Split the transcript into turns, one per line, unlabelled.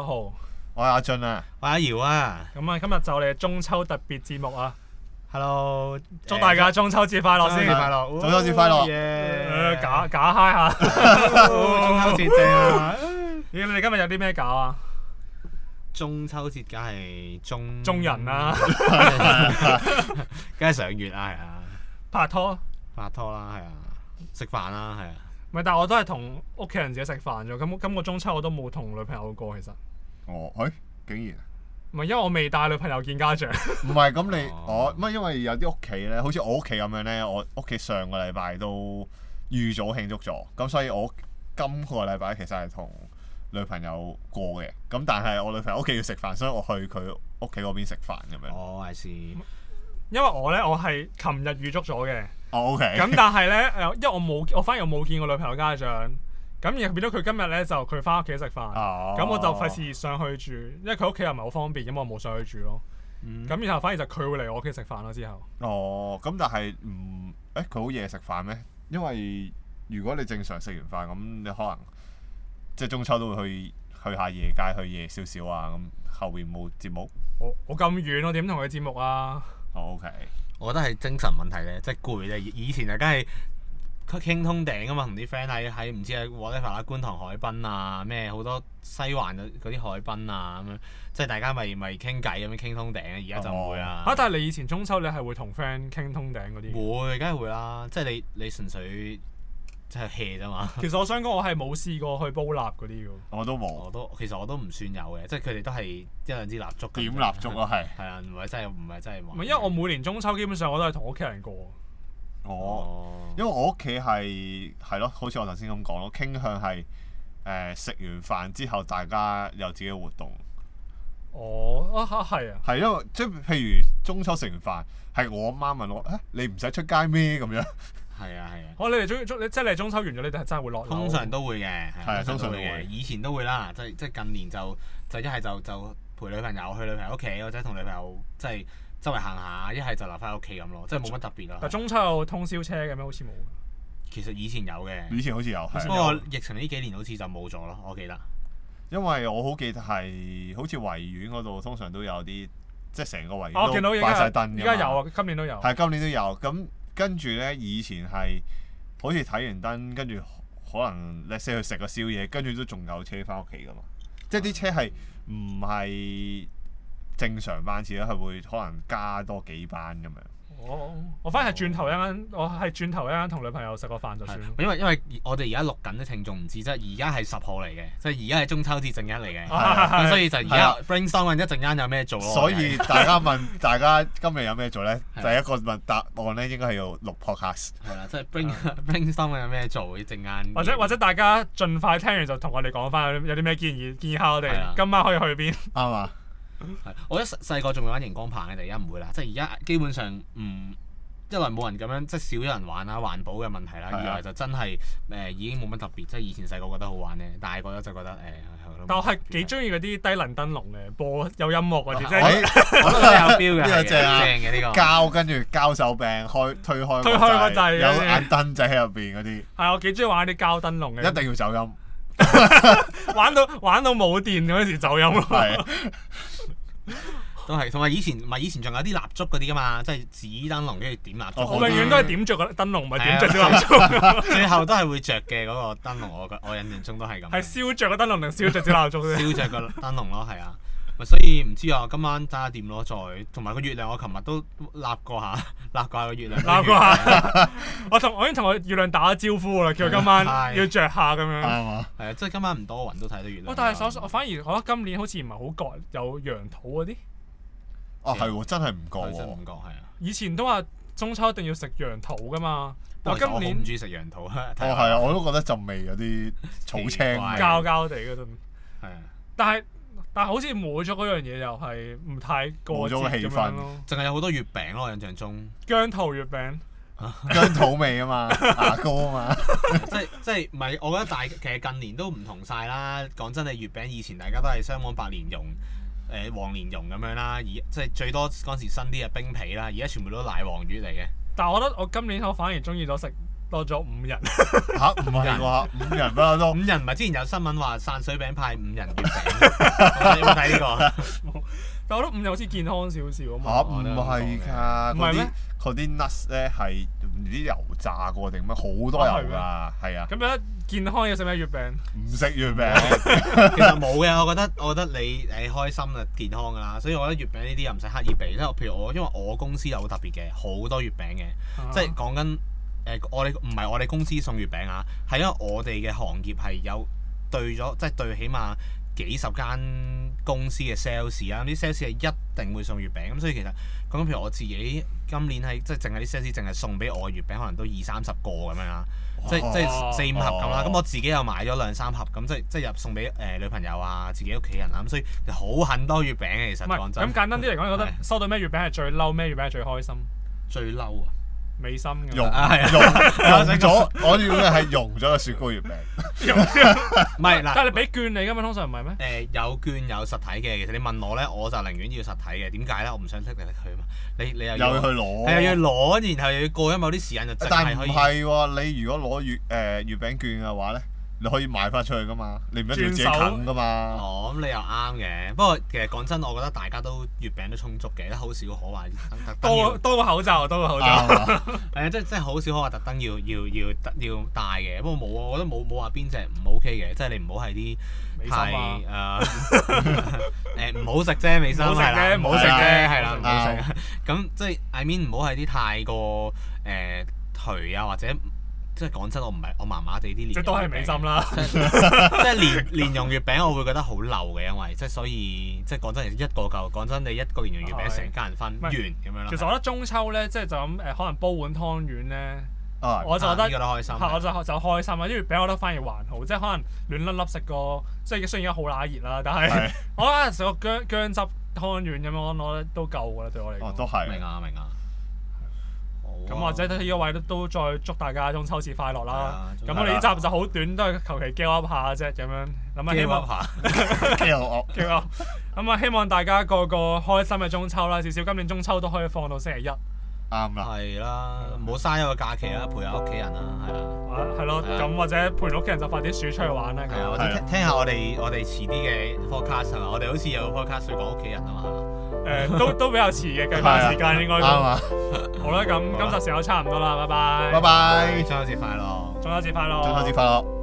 我係阿俊啊，
喂，阿姚啊
咁啊，今日就嚟中秋特別節目啊，
，Hello，
祝大家中秋節快樂
中
先
秋節。快樂，
中秋節快樂
哦耶
誒假假嗨下，
中秋節正啊！
咦？你哋今日有啲咩搞啊？
中秋節梗係中
中人 啊，
梗係賞月啦，係啊，
拍拖。
拍拖啦，係啊，食飯啦，係啊，
唔係，但係我都係同屋企人自己食飯咗。咁今個中秋我都冇同女朋友過，其實
哦，
哎
佢竟然
唔係因為我未帶女朋友見家長。
唔係咁你
哦
我乜？因為有啲屋企咧，好似我屋企咁樣咧，我屋企上個禮拜都預早慶祝咗，咁所以我今個禮拜其實係同女朋友過嘅，咁但係我女朋友屋企要食飯，所以我去佢屋企嗰邊食飯咁
哦
樣。
我係是
因為我咧，我係琴日預祝咗嘅。
哦，OK。
咁但係咧，誒，因為我冇，我反而我冇見過女朋友家長。咁然後變咗佢今日咧就佢翻屋企食飯。
啊
哦
咁我就費事上去住，因為佢屋企又唔係好方便，咁我冇上去住咯。咁然後反而就佢會嚟我屋企食飯咯。之後
哦，咁但係唔誒佢好夜食飯咩？因為如果你正常食完飯咁，你可能即係中秋都會去去下夜街，去夜少少啊咁。後面冇節目，
我我咁遠，我點同佢節目啊？
哦 OK，
我覺得係精神問題咧，即係攰啫。以以前啊就梗係傾通頂啊嘛，同啲 friend 喺喺唔知喺 whatever 啦，觀塘海濱啊，咩好多西環嗰嗰啲海濱啊咁樣，即係大家咪咪傾偈咁樣傾通頂啊。而家就唔會啦。
啊！但係你以前中秋你係會同 friend 傾通頂嗰啲嘅。
會，梗係會啦。即係你你純粹即係 hea 啫嘛。
其實我想講，我係冇試過去煲蠟嗰啲嘅。
我都
我
冇
都其實我都唔算有嘅，即係佢哋都係一兩支蠟燭咁樣。
點蠟燭啊，係
係啊，唔係真係唔係真係
唔
玩。
係因為我每年中秋基本上我都係同屋企人過。
我，
哦
因為我屋企係係咯，好似我頭先咁講咯，傾向係誒食完飯之後大家有自己嘅活動，
哦，啊啊係啊，
係因為即係譬如中秋食完飯係我媽問我誒、你唔使出街咩咁樣。
係啊係啊。
哦我你哋中中你即係你哋中秋完咗，你哋係真係會落樓
通常都會嘅，
係啊通
通
常
常
都
都
會
會嘅。以前都會啦，即係即係近年就就一係就就陪女朋友去女朋友屋企，或者同女朋友即係周圍行下，一係就留翻屋企咁咯，即係冇乜特別
但
咯。
中秋有通宵車嘅咩？好似冇。
其實以前有嘅，
以前好似有嗯係
不。過疫情呢幾年好似就冇咗咯，我記得。
因為我好記得係好似維園嗰度通常都有啲，即係成個維
哦我見
園
到
都
而
擺晒
家
燈㗎
而
嘛
家有，啊，今年都有。
係今年都有。咁跟住咧，以前係好似睇完燈，跟住可能 let's say 去食個宵夜，跟住都仲有車翻屋企㗎嘛。即係啲車係唔係正常班次咧，係會可能加多幾班咁樣。
我哦我反而係轉頭一間，我係轉頭一間同女朋友食個飯就算。
係因為因為我哋而家錄緊啲聽眾唔知，即係而家係十號嚟嘅，即係而家係中秋節正一嚟嘅，
啊
咁所以就而
係
家
啊
brainstorm 緊一陣間有咩做咯。
所
我哋
以大家問大家今日有咩做咧？第
係
一個問答案咧，應該係要錄 podcast。
係啦，即係 brain brainstorm 緊有咩做，一陣 間
或者或者大家盡快聽完就同我哋講翻有啲有啲咩建議，建議下我
係啊
哋今晚可以去邊。
啱啊！
係，我覺得細細個仲會玩熒光棒嘅，而家唔會啦。即係而家基本上唔一來冇人咁樣，即係少咗人玩啦，環保嘅問題啦。
係啊
二來就真係誒、呃已經冇乜特別，即係以前細個覺得好玩咧，大個咗就覺得誒。呃
但我係幾中意嗰啲低能燈籠嘅，播有音樂 嗰啲，即係
哎
意，我都有 feel 嘅，
呢個
係嘅
正啊
正嘅呢個。
膠跟住膠手柄開推開
推開個
掣，
掣
有
跟住
眼燈仔喺入邊嗰啲，
啊係我幾中意玩啲膠燈籠嘅
一，定要走音，
玩到玩到冇電嗰陣時走音咯。
係
都係，同埋以前唔係以前仲有啲蠟燭嗰啲噶嘛，即係紙燈籠跟住點蠟燭。
哦好
我永遠 都係點着個燈籠，唔係點着
啊
啲蠟燭，
最後都係會着嘅嗰個燈籠，我覺我印象中都係咁。
係燒着個燈籠定燒着支蠟燭啫。
燒着個燈籠咯，係啊。咪所以唔知啊，今晚睇下點咯，再同埋個月亮，我琴日都立過下， 立過下個月亮。
鬧過下，啊 我同我已經同我月亮打咗招呼啦，叫佢今晚
嗯係
要着下咁
啱
樣。
啊！
係啊，即係今晚唔多啊雲都睇到月亮。
哇！哦但係我我反而覺得今年好似唔係好覺有羊肚嗰啲，
哦係喎，真係唔
我
覺
真係
喎
唔，覺係啊。
以前都話中秋一定要食羊肚噶嘛，
不
但
過其實
今
我好
年
唔中意食羊肚 啊。
哦係啊，我都覺得陣味有啲草青
奇怪
味，
膠膠地嗰陣。
係啊，
但係但係好似冇咗嗰樣嘢，又係唔太過節
冇咗個氣
咁
氛
樣咯。
淨係有好多月餅咯，我印象中。
姜桃月餅
姜土味啊嘛，牙膏啊嘛，
即係 即係唔係？我覺得大其實近年都唔同晒啦。講真，你月餅以前大家都係雙黃白蓮蓉、誒、黃蓮蓉咁樣啦，而即係最多嗰陣時新啲嘅冰皮啦，而家全部都奶黃月嚟嘅。
但係我覺得我今年我反而中意咗食多咗五人，
嚇唔係啩？五人啦都
五。人唔係之前有新聞話散水餅派五人月餅，有冇睇呢個？
但我覺得五人好似健康少少啊嘛。
嚇唔係㗎，
唔
嗰
係
啲
咩
嗰啲 nuts 咧係唔知油炸過定乜，好多油㗎，係啊，
咁樣健康嘅食咩月餅？
唔食月餅，
其實冇嘅，我覺得我覺得你你開心就健康㗎啦，所以我覺得月餅呢啲又唔使刻意避。因為譬如我因為我公司有好特別嘅，好多月餅嘅。
啊
即係講緊誒，我哋唔係我哋公司送月餅啊，係因為我哋嘅行業係有對咗，即係對起碼幾十間公司嘅 sales 啊，啲 sales 係一定會送月餅，咁所以其實講緊譬如我自己今年係即係淨係啲 sales 淨係送俾我嘅月餅，可能都二三十個咁樣啦，即
哦
係即
哦
係四五盒咁啦。咁我自己又買咗兩三盒，咁即係即係入送俾誒、女朋友啊，自己屋企人啊，咁所以就好很多月餅啊嘅，其實
啊唔
講
係
真
咁，簡單啲嚟講，你覺得
係
收到咩月餅係最嬲，咩月餅係最開心？
最 嬲啊！
美心咁
用
樣。
啊係啊
用用咗，我要咧係用咗個雪糕月餅。
唔係嗱
但。係你俾券你噶嘛，通常唔係咩
誒、？有券有實體嘅，其實你問我咧，我就寧願要實體嘅。點解咧？我唔想拎嚟拎去啊嘛。你你又
又
要
要去
係啊又要
攞。
攞，然後又要過咗某啲時間就淨
但
係
係
可
唔
以。
係喎？你如果攞月誒月餅券嘅話咧，你可以賣翻出去噶嘛？你唔一定要自己啃噶嘛？
哦，咁你又啱嘅。不過其實講真，我覺得大家都月餅都充足嘅，好少可話特特登要
多多個口罩，多個口罩。
啱啊！
係啊，即係即係好少可話特登要要要要帶嘅。不過冇啊，我覺得冇冇話邊隻唔 OK 嘅，即係你唔好係啲
美心
太
啊！
誒呃 誒唔好食啫，美心
唔好食
係啦，
啫
唔
唔
好
好
食
食
啫，
啫
係啦，唔
唔
好
好食
食。咁即係 I mean 唔好係啲太過誒頹啊，或者即係講真，我唔係我麻麻地啲
即
蓮
係都係美心啦。
蓉月餅。 即係蓮蓮蓉月餅，我會覺得好漏嘅，因為即係所以即係講真，其實一個夠。講真，你一個蓮蓉月餅
係
成家人分
唔係
完咁樣啦。
其實我覺得中秋咧，即係就咁誒，可能煲碗湯圓咧，
啊
我就覺
啊呢
得
個都開心
係我就就開心啊啦。因為月餅我覺得反而還好，即係可能暖粒粒食個，即係雖然而家好乸熱啦，但係
係
我覺得食個姜姜汁湯圓咁樣，我覺得都夠噶啦，對我嚟
哦，都
講。
係
明啊明啊。
咁或者呢個位都都再祝大家中秋節快樂啦
係啊！
咁
中秋
我哋呢集就好短，都係求其 g 噏下啫，咁樣咁啊，希
希
望
望。下。
幾有惡。
叫我咁啊，希望大家個個開心嘅中秋啦，至少今年中秋都可以放到星期一，啊
啱啦，
係啦，唔好嘥一個假期啦，陪下屋企人啦，係啦，
係咯，
係啊
咁或者陪完屋企人就快啲暑出去玩啦。
係啊，
咁
或者
係啊
聽聽下我哋我哋遲啲嘅 podcast 係嘛，我哋好似有 podcast 會講屋企人啊嘛，
誒都都比較遲嘅，計翻時間應該
啱
都
啊！
好啦。咁今集時間差唔多啦，拜拜
拜。拜，
中秋節快樂！
中秋節快樂！
中秋節快樂！